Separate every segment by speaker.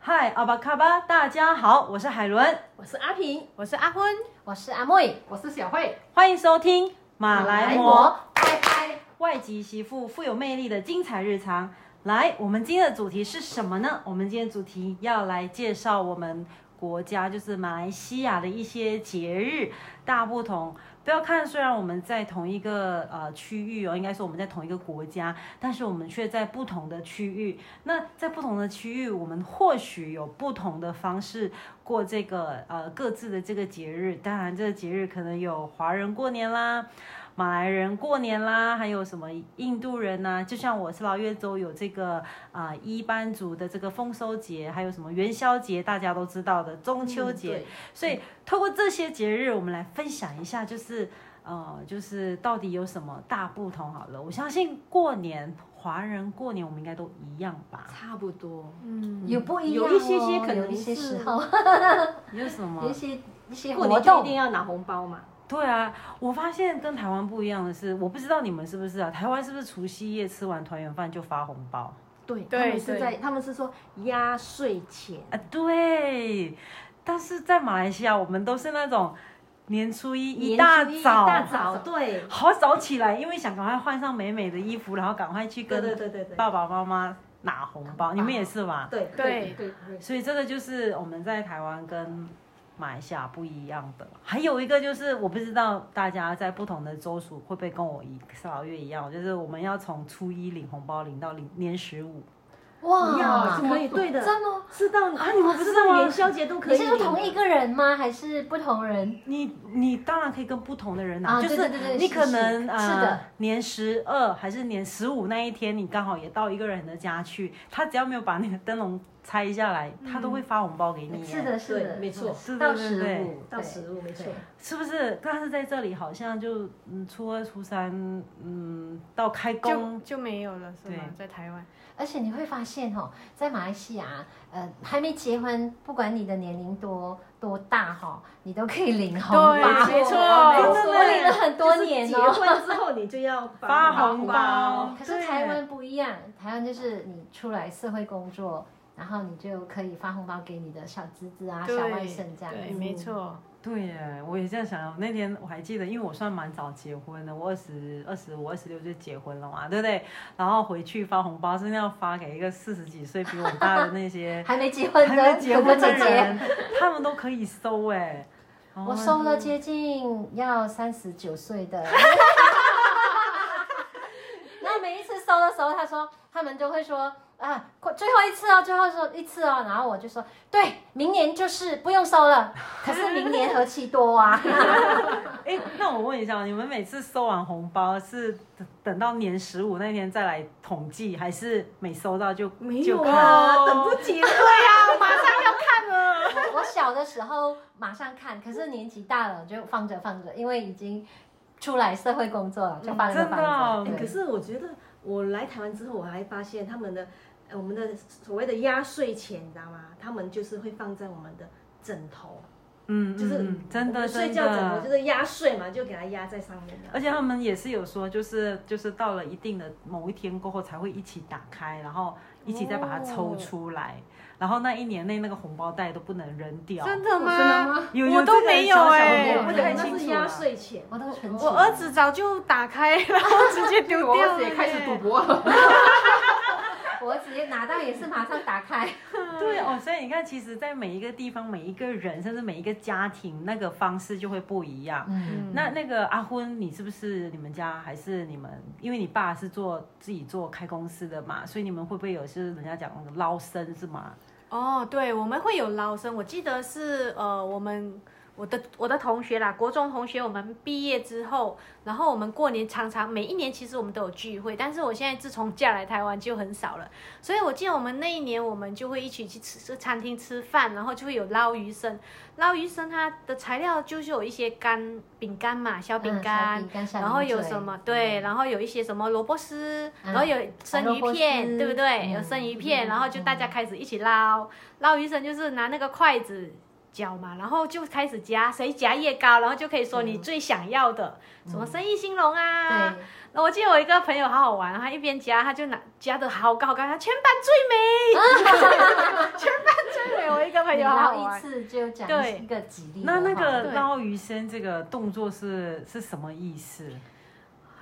Speaker 1: 嗨，阿巴卡巴，大家好，我是海伦，
Speaker 2: 我是阿平，
Speaker 1: 我是阿昏，
Speaker 3: 我是阿妹，
Speaker 4: 我是小慧，
Speaker 1: 欢迎收听马来魔
Speaker 3: 拍拍，
Speaker 1: 外籍媳妇富有魅力的精彩日常。来，我们今天的主题是什么呢？我们今天的主题要来介绍我们国家，就是马来西亚的一些节日大不同。不要看，虽然我们在同一个呃区域哦，应该说我们在同一个国家，但是我们却在不同的区域。那在不同的区域，我们或许有不同的方式过这个呃各自的这个节日。当然，这个节日可能有华人过年啦。马来人过年啦，还有什么印度人呐、就像我是老越州有这个啊、一班族的这个丰收节，还有什么元宵节，大家都知道的中秋节。
Speaker 2: 嗯
Speaker 1: 所以透过这些节日，我们来分享一下，就是呃，就是到底有什么大不同好了。我相信过年，华人过年我们应该都一样吧
Speaker 2: 对？差不多。
Speaker 3: 嗯，有不一样、哦，
Speaker 2: 有一些些可能
Speaker 3: 有一些
Speaker 2: 是
Speaker 3: 时候，
Speaker 1: 有什
Speaker 3: 有一
Speaker 1: 么？
Speaker 3: 些一些
Speaker 2: 过
Speaker 3: 活
Speaker 2: 年就一定
Speaker 3: 动，
Speaker 2: 要拿红包嘛，
Speaker 1: 对啊，我发现跟台湾不一样的是，我不知道你们是不是啊？台湾是不是除夕夜吃完团圆饭就发红包
Speaker 2: 对，
Speaker 4: 对
Speaker 2: 他们是
Speaker 4: 对
Speaker 2: 在，他们是说压岁钱，
Speaker 1: 啊？对，但是在马来西亚，我们都是那种年初一一大
Speaker 2: 年初一
Speaker 1: 早。
Speaker 2: 一大早，对，
Speaker 1: 好早起来，因为想赶快换上美美的衣服，然后赶快去
Speaker 2: 对
Speaker 1: 跟
Speaker 2: 对对对对，
Speaker 1: 爸爸妈妈拿红包，你们也是吧？
Speaker 2: 对
Speaker 4: 对
Speaker 2: 对对，
Speaker 1: 所以这个就是我们在台湾跟马来西亚不一样的。还有一个就是，我不知道大家在不同的州属会不会跟我一老月一样，就是我们要从初一领红包领到领年十五。
Speaker 2: 一样啊
Speaker 3: 哇
Speaker 2: 是，可以，对的，
Speaker 3: 真的。
Speaker 2: 是到
Speaker 1: 啊你们不
Speaker 2: 是
Speaker 1: 知道吗
Speaker 2: 元宵节都可
Speaker 3: 你
Speaker 2: 以
Speaker 3: 是
Speaker 2: 领
Speaker 3: 说
Speaker 2: 的，
Speaker 3: 同一个人吗？还是不同人？
Speaker 1: 你你当然可以跟不同的人拿，
Speaker 3: 啊
Speaker 1: 就是
Speaker 3: 对对对对
Speaker 1: 你
Speaker 3: 是
Speaker 1: 可
Speaker 3: 是
Speaker 1: 能
Speaker 3: 是
Speaker 1: 呃
Speaker 3: 的
Speaker 1: 年十二还是年十五那一天，你刚好也到一个人的家去，他只要没有把那个灯笼拆下来，他都会发红包给你。
Speaker 3: 嗯是，的，是
Speaker 2: 对，
Speaker 3: 的，
Speaker 2: 没
Speaker 4: 哦
Speaker 2: 错，
Speaker 1: 是
Speaker 3: 到
Speaker 1: 的，对
Speaker 3: 十
Speaker 1: 对
Speaker 3: 五，
Speaker 2: 到
Speaker 3: 对
Speaker 2: 十五没错
Speaker 3: 对，
Speaker 1: 是不是？但是在这里好像就嗯初二初三嗯到开工
Speaker 4: 就就没有了是吗
Speaker 1: 对？
Speaker 4: 在台湾，
Speaker 3: 而且你会发现哦，在马来西亚，呃，还没结婚，不管你的年龄多多大哈、你都可以领红包。
Speaker 4: 对没错
Speaker 1: 真的
Speaker 3: 我领了
Speaker 1: 呢
Speaker 3: 很多年
Speaker 2: 就是结
Speaker 3: 哦。
Speaker 2: 婚之后你就要
Speaker 1: 发
Speaker 2: 红
Speaker 1: 红包，
Speaker 3: 可是台湾不一样，台湾就是你出来社会工作，然后你就可以发红包给你的小侄子啊、
Speaker 4: 对
Speaker 3: 小外甥这样
Speaker 4: 对，
Speaker 3: 子。
Speaker 4: 没错，
Speaker 1: 对耶，我也这样想。那天我还记得，因为我算蛮早结婚的，我二十二十五、二十六就结婚了嘛，对不对？然后回去发红包是那样发给一个四十几岁比我大的那 些
Speaker 3: 还没结婚
Speaker 1: 还
Speaker 3: 的
Speaker 1: 没结
Speaker 3: 哥哥
Speaker 1: 婚的
Speaker 3: 姐姐，
Speaker 1: 人，他们都可以收哦哎。然
Speaker 4: 哦
Speaker 1: 后
Speaker 3: 我收了接近要三十九岁 的。那每一次收的时候，他说他们就会说啊，快最后一次哦，最后说一次哦，然后我就说对，明年就是不用收 了。可是明年何其多啊！
Speaker 1: 哎，那我问一下，你们每次收完红包是等等到年十五那天再来统计，还是每收到就
Speaker 2: 没有
Speaker 1: 就
Speaker 2: 啊，
Speaker 1: 看？
Speaker 2: 等不 及了。
Speaker 1: 啊
Speaker 3: 我小的时候马上看，可是年纪大了就放着放着，因为已经出来社会工作了，就放着
Speaker 4: 嗯
Speaker 1: 真的哦
Speaker 3: 放
Speaker 2: 哎
Speaker 3: 着。
Speaker 2: 可
Speaker 3: 对
Speaker 2: 是我觉得我来台湾之后，我还发现他们的呃我们的所谓的压岁钱，你知道吗？他们就是会放在我们的枕头，
Speaker 1: 嗯，
Speaker 2: 就是
Speaker 1: 嗯嗯真
Speaker 2: 我
Speaker 1: 的
Speaker 2: 们
Speaker 1: 真
Speaker 2: 睡觉枕头就
Speaker 1: 的。
Speaker 2: 是压岁嘛，就给它压在上面
Speaker 1: 而
Speaker 2: 的。
Speaker 1: 且他们也是有说，就是就是到了一定的某一天过后才会一起打开，然后一起再把它抽出来，然后那一年内那个红包袋都不能扔掉。
Speaker 4: 真
Speaker 2: 哦
Speaker 3: 真
Speaker 4: 的
Speaker 3: 的
Speaker 4: 吗？
Speaker 3: 吗
Speaker 1: 有
Speaker 4: 我都没有
Speaker 1: 哎、
Speaker 4: 哎
Speaker 1: 我不太清
Speaker 2: 那是
Speaker 1: 楚
Speaker 2: 压
Speaker 1: 了。
Speaker 2: 岁钱，
Speaker 3: 我都存起
Speaker 4: 我儿子早就打开，然后直接丢
Speaker 5: 我
Speaker 4: 掉
Speaker 5: 儿
Speaker 4: 了
Speaker 5: 子
Speaker 4: 耶。
Speaker 5: 也开始赌博了。
Speaker 3: 我直接拿到也是马上打开，
Speaker 1: 对哦，所以你看，其实，在每一个地方、每一个人，甚至每一个家庭，那个方式就会不一样。
Speaker 3: 嗯，
Speaker 1: 那那个阿昏，你是不是你们家还是你们？因为你爸是做自己做开公司的嘛，所以你们会不会有是人家讲那个捞生是吗？
Speaker 4: 哦，对，我们会有捞生。我记得是呃，我们我的我的同学啦，国中同学，我们毕业之后，然后我们过年常常每一年其实我们都有聚会，但是我现在自从嫁来台湾就很少了。所以我记得我们那一年我们就会一起去吃餐厅吃饭，然后就会有捞鱼生。捞鱼生它的材料就是有一些干饼干嘛，小饼
Speaker 3: 嗯小
Speaker 4: 干。
Speaker 3: 饼干，小
Speaker 4: 然后
Speaker 3: 零
Speaker 4: 有
Speaker 3: 嘴
Speaker 4: 什么？对，然后有一些什么萝卜丝，
Speaker 3: 嗯
Speaker 4: 然后有生
Speaker 3: 萝
Speaker 4: 鱼
Speaker 3: 卜
Speaker 4: 片，
Speaker 3: 丝
Speaker 4: 对不对？
Speaker 3: 嗯
Speaker 4: 有生鱼
Speaker 3: 嗯
Speaker 4: 片，然后就大家开始一起捞，捞鱼生就是拿那个筷子搅嘛，然后就开始夹，谁夹越高，然后就可以说你最想要的，什么生意兴隆啊。
Speaker 3: 嗯对，
Speaker 4: 那我记得我一个朋友好好 玩，他一边夹，他就拿夹的好高好高，他全班最美，全班好
Speaker 3: 后一
Speaker 4: 玩。
Speaker 3: 次就讲
Speaker 4: 对
Speaker 3: 一个吉利的
Speaker 1: 那
Speaker 3: 话。
Speaker 1: 那个
Speaker 4: 对
Speaker 1: 捞鱼先这个动作是是什么意思？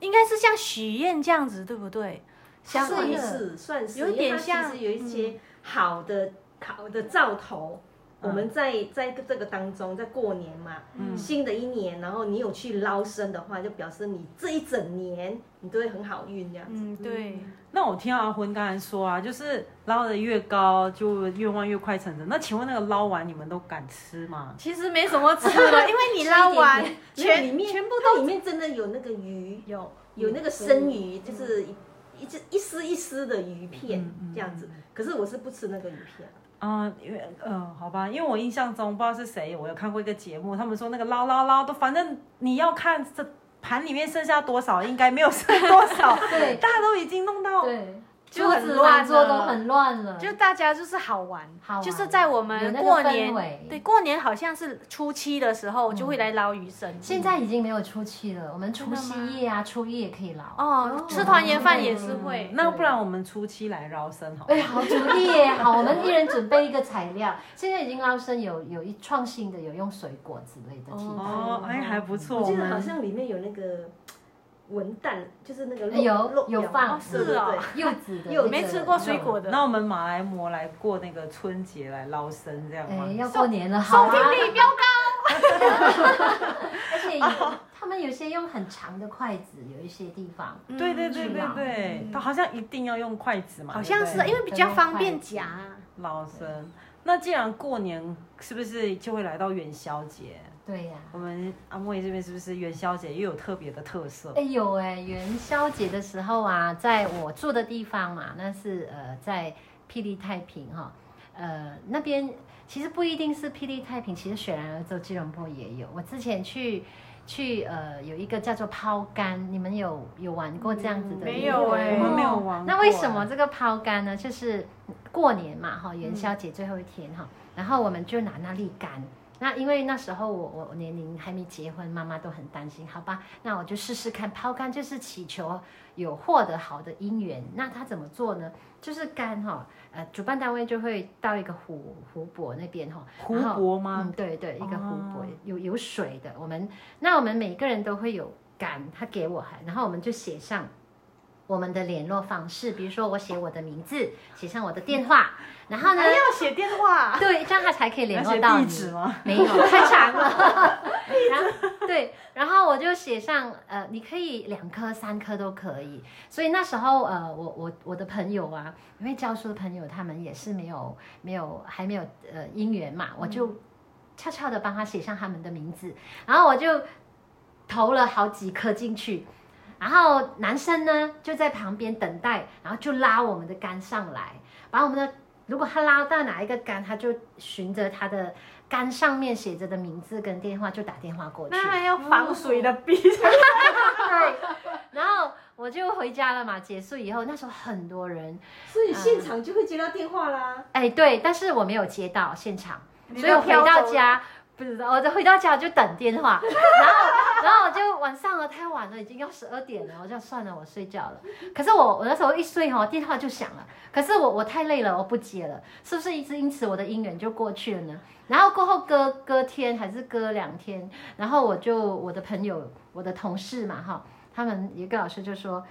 Speaker 4: 应该是像许愿这样子，对不对？
Speaker 3: 像
Speaker 2: 算
Speaker 3: 是
Speaker 2: 是算是，
Speaker 4: 有
Speaker 2: 因为
Speaker 4: 点
Speaker 2: 它
Speaker 4: 像嗯
Speaker 2: 其实有一些好的好的兆头。我们在在这个当中，在过年嘛，
Speaker 1: 嗯
Speaker 2: 新的一年，然后你有去捞生的话，就表示你这一整年你都会很好运这样子。
Speaker 4: 嗯，对，
Speaker 1: 那我听阿昏刚才说啊，就是捞的越高，就愿望越快成真。那请问那个捞完你们都敢吃吗？
Speaker 4: 其实没什么吃的， 因为你捞完
Speaker 3: 吃
Speaker 2: 全
Speaker 4: 全
Speaker 2: 里面
Speaker 4: 全部
Speaker 2: 它里面真的有那个鱼，
Speaker 4: 有
Speaker 2: 有那个生鱼，
Speaker 4: 嗯
Speaker 2: 就是一一只一丝一丝的鱼片
Speaker 1: 嗯嗯
Speaker 2: 这样子。可是我是不吃那个鱼片，
Speaker 1: 啊、因为呃，好吧，因为我印象中不知道是谁，我有看过一个节目，他们说那个捞捞捞都，反正你要看这盘里面剩下多少，应该没有剩多少，
Speaker 3: 对
Speaker 1: 大家都已经弄到
Speaker 3: 对，
Speaker 4: 就
Speaker 3: 桌
Speaker 4: 很
Speaker 3: 子
Speaker 4: 乱
Speaker 3: 满座
Speaker 4: 了
Speaker 3: 都很乱了，
Speaker 4: 就大家就是嗯好玩，
Speaker 3: 好玩
Speaker 4: 就是在我
Speaker 3: 有
Speaker 4: 们
Speaker 3: 那个
Speaker 4: 过
Speaker 3: 氛围
Speaker 4: 年，对，过年好像是初七的时候就会来捞鱼生，
Speaker 3: 现在已经没有初七了，我们除
Speaker 4: 真的吗
Speaker 3: 夕夜啊、初一也可以捞。
Speaker 4: 哦，吃团圆饭也是会，
Speaker 1: 嗯那不然我们初期来捞生好了。
Speaker 3: 哎，好主意耶！好，我们一人准备一个材料。现在已经捞生有有一创新的，有用水果之类的替代。
Speaker 1: 哦，哎，还不错。
Speaker 2: 我
Speaker 1: 我
Speaker 2: 记得
Speaker 4: 啊
Speaker 2: 好
Speaker 1: 们
Speaker 2: 像里面有那个文旦，就是那个肉
Speaker 3: 有
Speaker 2: 肉
Speaker 3: 哎有
Speaker 2: 苗
Speaker 3: 放
Speaker 2: 对对
Speaker 4: 是哦
Speaker 2: 对。
Speaker 3: 柚子的那
Speaker 2: 柚
Speaker 3: 个，
Speaker 2: 子
Speaker 4: 没吃过水果的，
Speaker 1: 那我们马来貘来过那个春节来捞生这样吗
Speaker 3: 哎，？要过年了，好啊！
Speaker 4: 标 杆
Speaker 3: 而且
Speaker 4: 哦
Speaker 3: 有他们有些用很长的筷子，有一些地方，
Speaker 4: 嗯
Speaker 1: 对对对
Speaker 3: 去
Speaker 1: 对
Speaker 3: 捞
Speaker 1: 对，它好像一定要用筷子嘛，
Speaker 4: 好像
Speaker 1: 对
Speaker 4: 是啊
Speaker 1: 不对
Speaker 4: 因为比较方便夹，
Speaker 1: 捞生。那既然过年是不是就会来到元宵节？
Speaker 3: 对呀、
Speaker 1: 我们阿莫伊这边是不是元宵节又有特别的特色？
Speaker 3: 哎有哎，元宵节的时候啊，在我住的地方嘛，那是呃在霹雳太平哈、呃那边其实不一定是霹雳太平，其实雪兰莪州吉隆坡也有。我之前去去呃有一个叫做抛竿，你们有有玩过这样子
Speaker 1: 嗯
Speaker 3: 的？
Speaker 4: 没有哎
Speaker 1: 我们没有玩过啊
Speaker 3: 那为什么这个抛竿呢？就是过年嘛哈，元宵节最后一天哈，然后我们就拿那粒竿。那因为那时候我我我年龄还没结婚，妈妈都很担心，好吧，那我就试试看抛竿，就是祈求有获得好的姻缘。那他怎么做呢？就是竿哈、呃，主办单位就会到一个湖湖泊那边哈、
Speaker 1: 湖
Speaker 3: 然后
Speaker 1: 泊吗
Speaker 3: 嗯，对对，一个湖泊、
Speaker 1: 哦
Speaker 3: 有有水的。我们那我们每个人都会有杆，他给我，然后我们就写上我们的联络方式，比如说我写我的名字，写上我的电话，然后
Speaker 1: 哎
Speaker 3: 呢，
Speaker 4: 要写电话，
Speaker 3: 对，这样他才可以嗯
Speaker 1: 要
Speaker 3: 联络
Speaker 1: 写
Speaker 3: 到
Speaker 1: 地
Speaker 3: 你。
Speaker 1: 址吗？
Speaker 3: 没有，太长 了。然后对，然后我就写上，呃，你可以两颗、三颗都可以。所以那时候，呃，我我我的朋友啊，因为教书的朋友，他们也是没有没有还没有呃姻缘嘛，我就悄悄的帮他写上他们的名字，然后我就投了好几颗进去。然后男生呢就在旁边等待，然后就拉我们的杆上来，把我们的如果他拉到哪一个杆，他就循着他的杆上面写着的名字跟电话就打电话过去。
Speaker 4: 那还要防水的 笔，
Speaker 3: 然后我就回家了嘛。结束以后，那时候很多人，
Speaker 2: 所以现场就会接到电话啦。
Speaker 3: 哎，对，但是我没有接到现场，
Speaker 4: 你
Speaker 3: 所以我
Speaker 4: 都
Speaker 3: 回
Speaker 4: 飘走
Speaker 3: 到
Speaker 4: 了
Speaker 3: 家。不知道，我就回到家我就等电话，然后然后我就晚上了，太晚了，已经要十二点了，我就算了，我睡觉了。可是我我那时候一睡哦，电话就响了，可是我我太累了，我不接了，是不是一直因此我的姻缘就过去了呢？然后过后隔隔天还是隔两天，然后我就我的朋友我的同事嘛哈，他们有一个老师就说，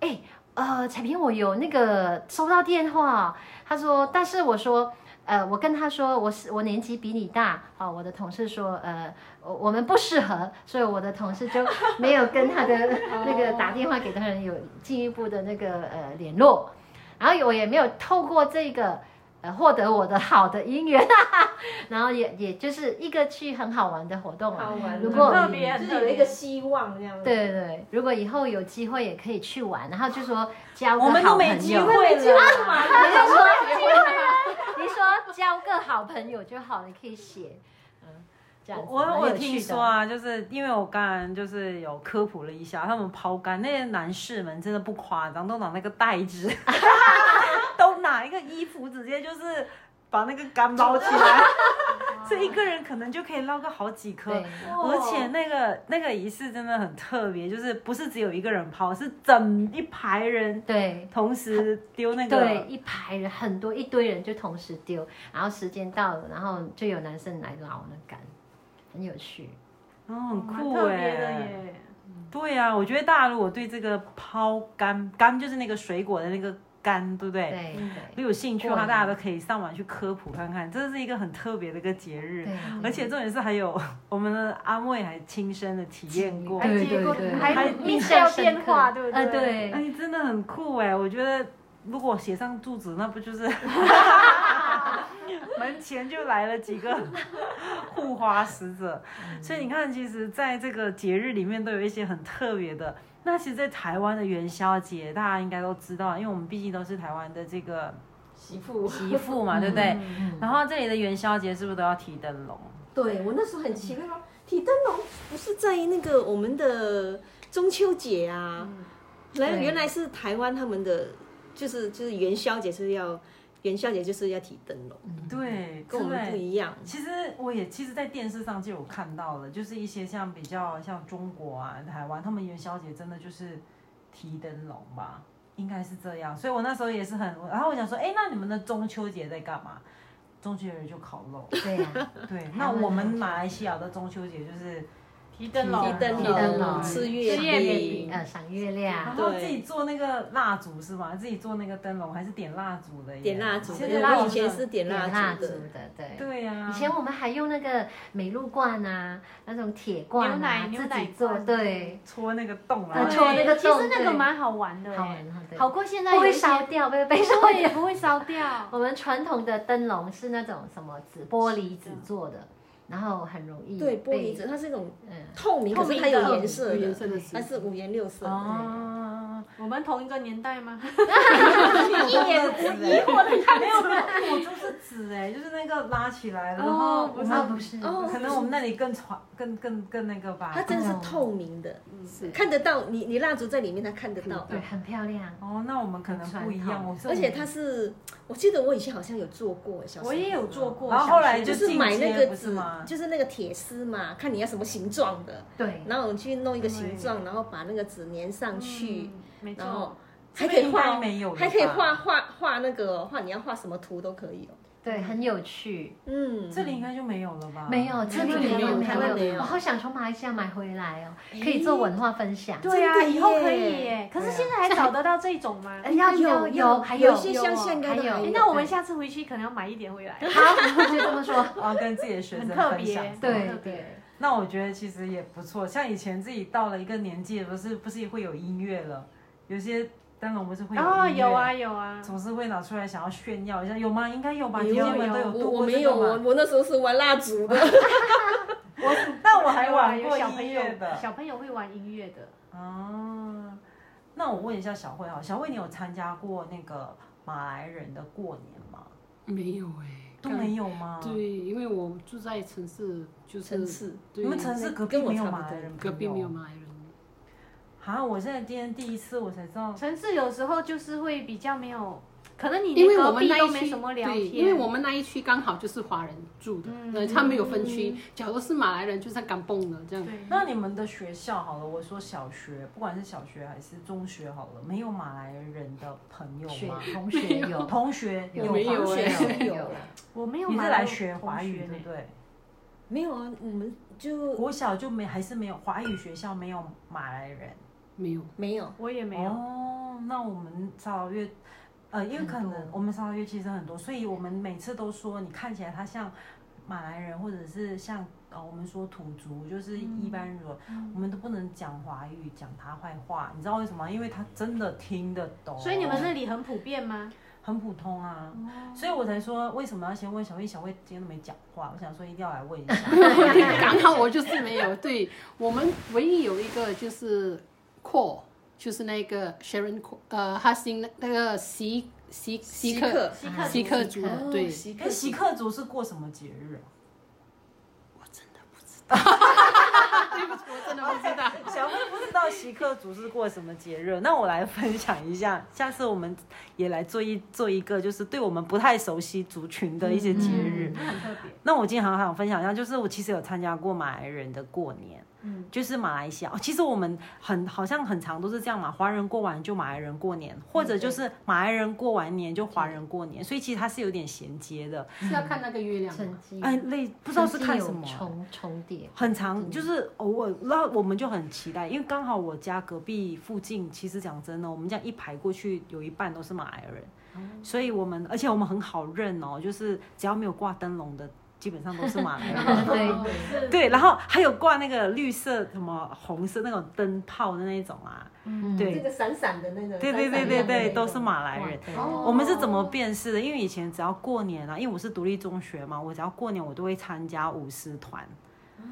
Speaker 3: 哎呃彩萍我有那个收到电话，他说但是我说。呃，我跟他说我是我年纪比你大，好、我的同事说，呃，我我们不适合，所以我的同事就没有跟他的那个打电话给他人有进一步的那个呃联络，然后我也没有透过这个呃获得我的好的姻缘， 然后也也就是一个去很好玩的活动啊
Speaker 2: 好，玩，
Speaker 3: 如果
Speaker 4: 特别
Speaker 2: 就是有一个希望
Speaker 1: 嗯
Speaker 2: 这样子。
Speaker 3: 对对对，如果以后有机会也可以去玩，然后就说交个
Speaker 1: 我们
Speaker 3: 好
Speaker 1: 都
Speaker 3: 朋
Speaker 1: 没
Speaker 3: 友，
Speaker 1: 机会了。
Speaker 3: 你 就说，你说交个好朋友就好了，你可以写，嗯，这样子
Speaker 1: 我
Speaker 3: 蛮
Speaker 1: 我
Speaker 3: 有
Speaker 1: 听
Speaker 3: 趣
Speaker 1: 说
Speaker 3: 的。
Speaker 1: 啊，就是因为我刚刚就是有科普了一下，他们抛竿那些男士们真的不夸张，都拿那个袋 子， 都拿一个衣服直接就是把那个竿捞起来，所以一个人可能就可以捞个好几颗。
Speaker 3: 对，
Speaker 1: 而
Speaker 2: 哦
Speaker 1: 且那个那个仪式真的很特别，就是不是只有一个人抛，是整一排人
Speaker 3: 对。
Speaker 1: 同时丢那
Speaker 3: 对，
Speaker 1: 个。
Speaker 3: 一排人很多一堆人就同时丢，然后时间到了，然后就有男生来捞那杆，很有趣。
Speaker 1: 然后很
Speaker 4: 哦蛮
Speaker 1: 酷
Speaker 4: 特
Speaker 1: 哎、
Speaker 4: 别的耶。
Speaker 1: 对呀、我觉得大家如果对这个抛柑，柑就是那个水果的那个柑，对不嗯对？
Speaker 3: 对
Speaker 1: 如
Speaker 3: 对
Speaker 1: 果有兴趣的话，
Speaker 3: 过年
Speaker 1: 大家都可以上网去科普看看，这是一个很特别的一个节日。
Speaker 3: 对，
Speaker 1: 而且重点是还有 我们的阿妹还亲身的体验过，
Speaker 3: 对
Speaker 1: 哎，
Speaker 4: 还结果
Speaker 3: 对对
Speaker 4: 还
Speaker 1: 还
Speaker 4: 面笑变化，对不对？
Speaker 3: 呃对
Speaker 1: 真的很酷哎！我觉得如果写上住址，那不就是 门前就来了几 个护花使者？
Speaker 3: 嗯
Speaker 1: 所以你看，其实在这个节日里面都有一些很特别的。那其实，在台湾的元宵节，大家应该都知道，因为我们毕竟都是台湾的这个
Speaker 2: 媳妇，
Speaker 1: 媳妇嘛，对不对？
Speaker 3: 嗯
Speaker 1: 然后这里的元宵节是不是都要提灯笼？
Speaker 2: 对我那时候很奇怪，说提灯笼不是在那个我们的中秋节啊，来
Speaker 3: 对，
Speaker 2: 原来是台湾他们的，就是就是元宵节是要元宵节就是要提灯笼，
Speaker 1: 对，
Speaker 2: 跟我们
Speaker 1: 对
Speaker 2: 不一样。
Speaker 1: 其实我也其实，在电视上就有看到了，就是一些像比较像中国啊、台湾，他们元宵节真的就是提灯笼吧，应该是这样。所以我那时候也是很，然后我想说，哎，那你们的中秋节在干嘛？中秋节就烤肉
Speaker 3: 对啊呀、
Speaker 1: 对。那我们马来西亚的中秋节就是，
Speaker 4: 提灯笼，
Speaker 1: 提
Speaker 2: 提灯
Speaker 1: 提灯
Speaker 2: 笼，
Speaker 1: 笼
Speaker 2: 吃月
Speaker 4: 吃月
Speaker 2: 饼
Speaker 4: 饼
Speaker 3: 呃，赏月
Speaker 1: 然
Speaker 3: 亮，
Speaker 1: 后
Speaker 2: 对
Speaker 1: 自己做那个蜡烛是吗？自己做那个灯笼，还是点蜡烛的耶？
Speaker 2: 点蜡烛，
Speaker 1: 现
Speaker 2: 因为
Speaker 1: 在
Speaker 3: 蜡
Speaker 2: 我
Speaker 3: 烛
Speaker 2: 以前是点
Speaker 3: 点
Speaker 2: 蜡
Speaker 3: 蜡
Speaker 2: 烛
Speaker 3: 烛
Speaker 2: 的。
Speaker 3: 的，对。
Speaker 1: 对啊呀、
Speaker 3: 以前我们还用那个美露罐啊，那种铁罐
Speaker 4: 牛
Speaker 3: 啊
Speaker 4: 奶，牛
Speaker 3: 自
Speaker 4: 奶
Speaker 3: 己做，
Speaker 4: 罐
Speaker 3: 对，
Speaker 1: 戳那个洞
Speaker 3: 呃
Speaker 1: 啊，
Speaker 3: 戳那个
Speaker 4: 其
Speaker 3: 洞
Speaker 4: 实那个
Speaker 3: 对
Speaker 4: 蛮好玩的耶，
Speaker 3: 好玩哈，对，
Speaker 4: 好过现在
Speaker 3: 不
Speaker 4: 有
Speaker 3: 会
Speaker 4: 一些
Speaker 3: 烧 掉， 被被烧
Speaker 4: 对，
Speaker 3: 掉。
Speaker 4: 不会烧掉。
Speaker 3: 我们传统的灯笼是那种什么纸玻璃纸做的，然后很容易
Speaker 2: 对，玻
Speaker 3: 被
Speaker 2: 璃纸，它是一种
Speaker 3: 嗯，
Speaker 2: 透明，可是它有颜色
Speaker 5: 颜
Speaker 2: 的，
Speaker 5: 色的纸
Speaker 2: 它是五颜六色的。
Speaker 1: 哦，
Speaker 4: 我们同一个年代吗？
Speaker 1: 一脸无疑惑的样子。没有没有，我就是纸哎，就是那个拉起来，然后我
Speaker 3: 啊
Speaker 1: 们
Speaker 3: 不是，
Speaker 2: 哦
Speaker 1: 可能我们那里更传更更更那个吧
Speaker 2: 它。真的是透明的，
Speaker 1: 嗯
Speaker 5: 是
Speaker 2: 看得到你你蜡烛在里面，它看得到。
Speaker 3: 对，很漂亮，
Speaker 1: 哦，那我们可能不一
Speaker 3: 传
Speaker 1: 样，
Speaker 3: 统
Speaker 1: 我是
Speaker 2: 而且它是，我记得我以前好像有做过，小时候
Speaker 4: 我也有做过，
Speaker 1: 然后后来
Speaker 4: 小学
Speaker 2: 就
Speaker 1: 就是
Speaker 2: 买那
Speaker 1: 进阶
Speaker 2: 个
Speaker 1: 不是
Speaker 2: 纸
Speaker 1: 吗，
Speaker 2: 就是那个铁丝嘛，看你要什么形状的，
Speaker 3: 对，
Speaker 2: 然后我去弄一个形状，然后把那个纸粘上去，
Speaker 4: 嗯没
Speaker 2: 然后
Speaker 4: 错，
Speaker 2: 还可以
Speaker 1: 这边应
Speaker 2: 画
Speaker 1: 该没有了吧
Speaker 2: 还可以画画画那个哦画，你要画什么图都可以哦。
Speaker 3: 对，很有趣。
Speaker 2: 嗯，
Speaker 1: 这里应该就没有了吧？
Speaker 3: 没有，这
Speaker 2: 湾
Speaker 3: 边
Speaker 2: 没有台
Speaker 3: 没
Speaker 2: 湾没有
Speaker 3: 我好想从马来西亚买回来哦，可以做文化分享。
Speaker 4: 对呀、
Speaker 2: 真的耶
Speaker 4: 以后可以
Speaker 1: 啊
Speaker 4: 耶。可是现在还找得到这种吗？
Speaker 3: 哎要
Speaker 2: 有
Speaker 3: 要
Speaker 2: 有
Speaker 3: 还
Speaker 2: 有
Speaker 3: 有
Speaker 2: 一些乡下应该都
Speaker 3: 还有
Speaker 2: 还有
Speaker 4: 哎
Speaker 3: 哎
Speaker 4: 那我们下次回去可能要买一点回来，
Speaker 3: 好，就这么说。
Speaker 1: 我要跟自己的学生
Speaker 4: 很特
Speaker 1: 分
Speaker 4: 别
Speaker 1: 享。，嗯
Speaker 3: 对
Speaker 4: 很特别。
Speaker 1: 那我觉得其实也不错，像以前自己到了一个年纪，不是不是会有音乐了，有些灯笼不是会有
Speaker 4: 哦，
Speaker 1: 音乐
Speaker 4: 有啊，有啊，
Speaker 1: 总是会拿出来想要炫耀一下，有吗？应该有吧，
Speaker 2: 有
Speaker 1: 姐姐们都有
Speaker 2: 我
Speaker 1: 度
Speaker 2: 我
Speaker 1: 过
Speaker 2: 没
Speaker 1: 这
Speaker 2: 有，
Speaker 1: 个
Speaker 2: 我
Speaker 1: 吗？
Speaker 2: 我那时候是玩蜡烛的，
Speaker 1: 我但我
Speaker 2: 啊
Speaker 1: 还玩
Speaker 4: 有
Speaker 1: 过
Speaker 4: 小朋
Speaker 1: 音
Speaker 4: 友
Speaker 1: 乐的，
Speaker 4: 小朋友会玩音乐的，
Speaker 1: 哦，那我问一下小慧哈，小慧你有参加过那个马来人的过年吗？
Speaker 5: 没有哎，
Speaker 1: 都没有吗？
Speaker 5: 对，因为我住在城市，就是
Speaker 2: 城市
Speaker 5: 对
Speaker 1: 你们城市隔壁
Speaker 2: 跟我
Speaker 1: 没有
Speaker 2: 差不
Speaker 1: 马来
Speaker 2: 多
Speaker 1: 人朋友？
Speaker 5: 隔壁没有马来人，
Speaker 1: 啊，我现在今天第一次我才知道，
Speaker 4: 城市有时候就是会比较没有，可能你
Speaker 5: 因为
Speaker 4: 连
Speaker 5: 我
Speaker 4: 隔
Speaker 5: 们
Speaker 4: 壁
Speaker 5: 那
Speaker 4: 都
Speaker 5: 一
Speaker 4: 没
Speaker 5: 区
Speaker 4: 什么聊
Speaker 5: 对，
Speaker 4: 天，
Speaker 5: 因为我们那一区刚好就是华人住的，
Speaker 4: 嗯
Speaker 5: 对，他们有分区。假如是马来人，就在港蹦的这样。
Speaker 4: 对
Speaker 1: 那你们的学校好了，我说小学，不管是小学还是中学好了，没有马来人的朋友
Speaker 3: 学
Speaker 1: 吗？
Speaker 3: 同学有，
Speaker 1: 同学
Speaker 5: 有没有
Speaker 3: 同学
Speaker 2: 欸
Speaker 5: 哎
Speaker 3: 有 有，
Speaker 4: 我没有
Speaker 1: 你是
Speaker 4: 买
Speaker 1: 来
Speaker 4: 过
Speaker 1: 学华
Speaker 4: 同
Speaker 1: 语
Speaker 4: 学
Speaker 1: 对
Speaker 4: 呢
Speaker 1: 不对？
Speaker 2: 没有啊，我们就
Speaker 1: 国小就没还是没有华语学校没有马来人。
Speaker 5: 没有，
Speaker 2: 没有。
Speaker 4: 我也没有。
Speaker 1: 哦，那我们沙捞越，呃，因为可
Speaker 3: 很
Speaker 1: 能
Speaker 3: 多
Speaker 1: 我们沙捞越其实很多，所以我们每次都说你看起来他像马来人，或者是像呃我们说土族，就是一般人，我们都不能讲华语，讲他坏话，你知道为什么吗？因为他真的听得懂。
Speaker 4: 所以你们那里很普遍吗？
Speaker 1: 很普通啊，所以我才说为什么要先问小魏？小魏今天都没讲话，我想说一定要来问一下。
Speaker 5: 刚好我就是没有。对我们唯一有一个就是 Core，就是那个 Sharon Core，呃，哈辛那那个席席席克
Speaker 2: 克，
Speaker 4: 西
Speaker 5: 席
Speaker 4: 克
Speaker 5: 克族
Speaker 3: 哦
Speaker 5: 的，对，
Speaker 2: 席
Speaker 1: 跟锡克族是过什么节日啊？
Speaker 5: 啊我真的不知道，
Speaker 1: 小魏不是道锡克族是过什么节日。那我来分享一下，下次我们也来做一做一个，就是对我们不太熟悉族群的一些节日。
Speaker 3: 嗯
Speaker 2: 很特别。
Speaker 1: 那我今天好想分享一下，就是我其实有参加过马来人的过年，嗯，就是马来西亚。哦其实我们很好像很常都是这样嘛，华人过完就马来人过年，或者就是马来人过完年就华人过年，所以其实它是有点衔接的。
Speaker 5: 是要看那个月亮吗。
Speaker 3: 趁机
Speaker 1: 哎，类不知道是看什么啊
Speaker 3: 趁机有重重 叠，
Speaker 1: 很
Speaker 2: 嗯
Speaker 1: 长，就是偶尔，那我们就很期待，因为刚好我家隔壁附近，其实讲真的，我们这样一排过去，有一半都是马来人，
Speaker 2: 哦
Speaker 1: 所以我们而且我们很好认哦，就是只要没有挂灯笼的，基本上都是马来 人。
Speaker 3: 对，
Speaker 2: 是
Speaker 1: 对，然后还有挂那个绿色、什么红色那种灯泡的那种啊，
Speaker 3: 嗯
Speaker 1: 对
Speaker 2: 这个闪闪的那种，
Speaker 1: 对对对对对，都是马来人。
Speaker 5: 哦
Speaker 1: 我们是怎么辨识的？因为以前只要过年啊，因为我是独立中学嘛，我只要过年我都会参加舞狮团。啊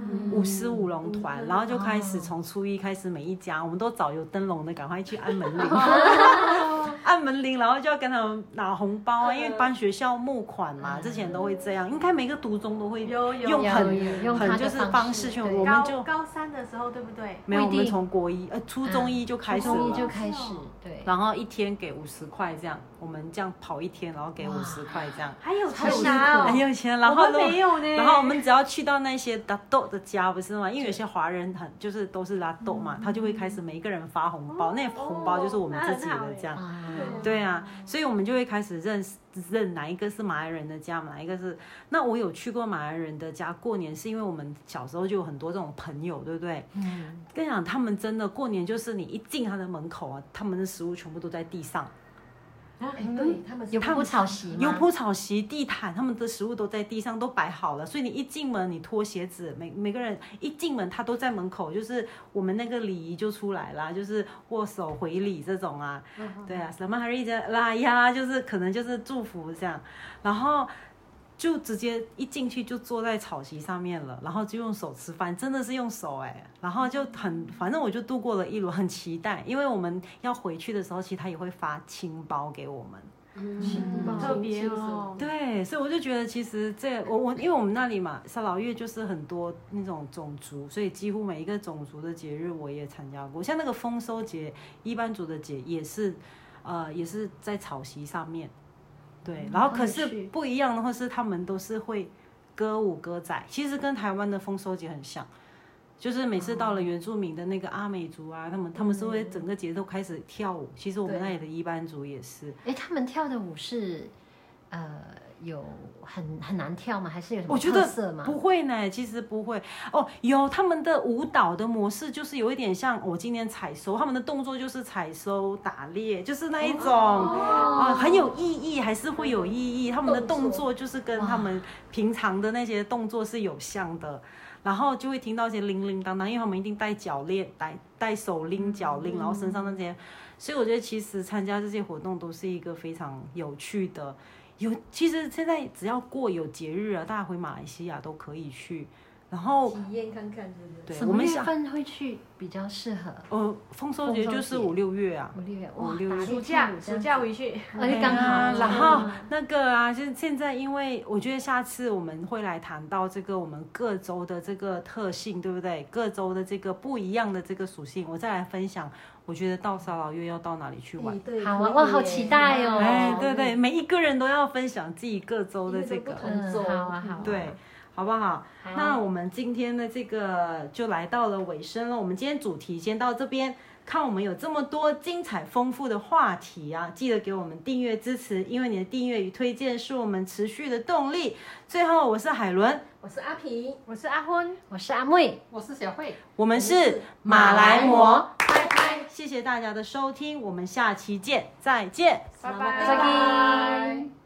Speaker 5: 嗯
Speaker 1: 舞狮舞龙团，然后就开始
Speaker 3: 哦
Speaker 1: 从初一开始，每一家我们都找有灯笼的，赶快去按门 铃，
Speaker 5: 哦
Speaker 1: 按门铃，然后就要跟他们拿红包啊，因
Speaker 3: 嗯
Speaker 1: 为帮学校募款嘛，之前都会这样，应该每个独中都会
Speaker 2: 有有
Speaker 1: 用很
Speaker 3: 有有用
Speaker 1: 很
Speaker 3: 他的
Speaker 1: 就是方
Speaker 3: 方
Speaker 1: 式
Speaker 3: 式
Speaker 1: 去，
Speaker 3: 对
Speaker 1: 我们
Speaker 4: 高
Speaker 1: 就
Speaker 4: 高三的时候，对不对？
Speaker 1: 没有，我
Speaker 3: 不一
Speaker 1: 们
Speaker 3: 定嗯
Speaker 1: 从国一呃初中一就开始
Speaker 3: 中医就
Speaker 1: 了，
Speaker 3: 开始，对，
Speaker 1: 然后一天给五十块这样，我们这样跑一天，然后给
Speaker 3: 哇
Speaker 1: 五十块这样，
Speaker 2: 还有
Speaker 3: 还有
Speaker 2: 还
Speaker 3: 哦
Speaker 1: 很
Speaker 2: 拿
Speaker 1: 有钱，哎然
Speaker 2: 哦，
Speaker 1: 后
Speaker 2: 我们
Speaker 1: 都
Speaker 2: 没有呢。
Speaker 1: 然后我们只要去到那些拉豆的家，不是吗？因为有些华人很就是都是拉豆嘛，他就会
Speaker 3: 嗯
Speaker 1: 开始每一个人发红包，那红包就是我们自己
Speaker 2: 那很好
Speaker 1: 的
Speaker 2: 欸
Speaker 1: 这样。
Speaker 3: 啊，
Speaker 1: 对啊，所以我们就会开始认识认哪一个是马来人的家，哪一个是。那我有去过马来人的家过年，是因为我们小时候就有很多这种朋友，对不对？
Speaker 3: 嗯，
Speaker 1: 跟你讲，他们真的过年就是你一进他的门口啊，他们的食物全部都在地上，
Speaker 2: 哎对他们是
Speaker 3: 有不草席吗？
Speaker 1: 嗯有铺草席、地毯，他们的食物都在地上都摆好了，所以你一进门，你脱鞋子，每每个人一进门，他都在门口，就是我们那个礼仪就出来啦，就是握手回礼这种啊，对啊，什么还是这啦呀，就是可能就是祝福这样，然后。就直接一进去就坐在草席上面了，然后就用手吃饭，真的是用手哎、然后就很，反正我就度过了一轮，很期待，因为我们要回去的时候，其实他也会发青包给我们，
Speaker 5: 嗯
Speaker 2: 特别哦。
Speaker 1: 对，所以我就觉得其实这我我因为我们那里嘛，沙老越就是很多那种种族，所以几乎每一个种族的节日我也参加过，像那个丰收节、一般族的节也是，呃，也是在草席上面。对，然后可是
Speaker 3: 很有趣
Speaker 1: 不一样的话是他们都是会歌舞歌仔，其实跟台湾的丰收节很像。就是每次到了原住民的那个阿美族啊，他们他们是会整个节奏开始跳舞。其实我们
Speaker 2: 对
Speaker 1: 那里的一班族也是，
Speaker 3: 哎，他们跳的舞是，呃，有很很难跳吗？还是有什么
Speaker 1: 我觉得
Speaker 3: 特色吗？
Speaker 1: 不会呢，其实不会哦。有他们的舞蹈的模式，就是有一点像哦我今天采收，他们的动作就是采收、打猎，就是那一种
Speaker 2: 哦
Speaker 1: 啊、很有意义，还是会有意义。他们的动
Speaker 2: 动
Speaker 1: 作
Speaker 2: 作
Speaker 1: 就是跟他们平常的那些动作是有像的。然后就会听到一些铃铃当当，因为他们一定戴脚链、戴戴手拎、脚拎，然后身上那些，所以我觉得其实参加这些活动都是一个非常有趣的。有，其实现在只要过有节日啊，大家回马来西亚都可以去。然后，
Speaker 2: 体验看看，对不对？
Speaker 1: 对
Speaker 3: 什
Speaker 1: 我
Speaker 3: 么
Speaker 1: 们
Speaker 3: 月
Speaker 1: 想，
Speaker 3: 份会去比较适合？
Speaker 1: 呃，丰收节就是
Speaker 3: 丰收节
Speaker 1: 五六月啊，
Speaker 3: 五六月，
Speaker 1: 五
Speaker 3: 哇，
Speaker 1: 六
Speaker 3: 打
Speaker 1: 月
Speaker 3: 猎
Speaker 4: 暑假
Speaker 3: 跳舞这
Speaker 4: 暑
Speaker 3: 样
Speaker 4: 假回去，
Speaker 3: 哎刚好
Speaker 1: 啊
Speaker 3: 嗯
Speaker 1: 然后那个啊，现现在因为我觉得下次我们会来谈到这个我们各州的这个特性，对不对？各州的这个不一样的这个属性，我再来分享。我觉得到沙老又要到哪里去玩？
Speaker 2: 对
Speaker 3: 好啊，哇，好期待哦！
Speaker 1: 哎，对对，每一个人都要分享自己各州的这个
Speaker 2: 因为都不，同
Speaker 3: 嗯，好啊，好啊，
Speaker 1: 对，好不好？
Speaker 3: 好
Speaker 1: 那我们今天的这个就来到了尾声了。我们今天主题先到这边，看我们有这么多精彩丰富的话题啊，记得给我们订阅支持，因为你的订阅与推荐是我们持续的动力。最后，我是海伦，
Speaker 2: 我是阿皮，
Speaker 4: 我是阿昏。
Speaker 3: 我是阿妹，
Speaker 5: 我是小慧。
Speaker 1: 我们是马来魔，拜拜！谢谢大家的收听，我们下期见，再见。
Speaker 5: 拜
Speaker 4: 拜
Speaker 5: 再见。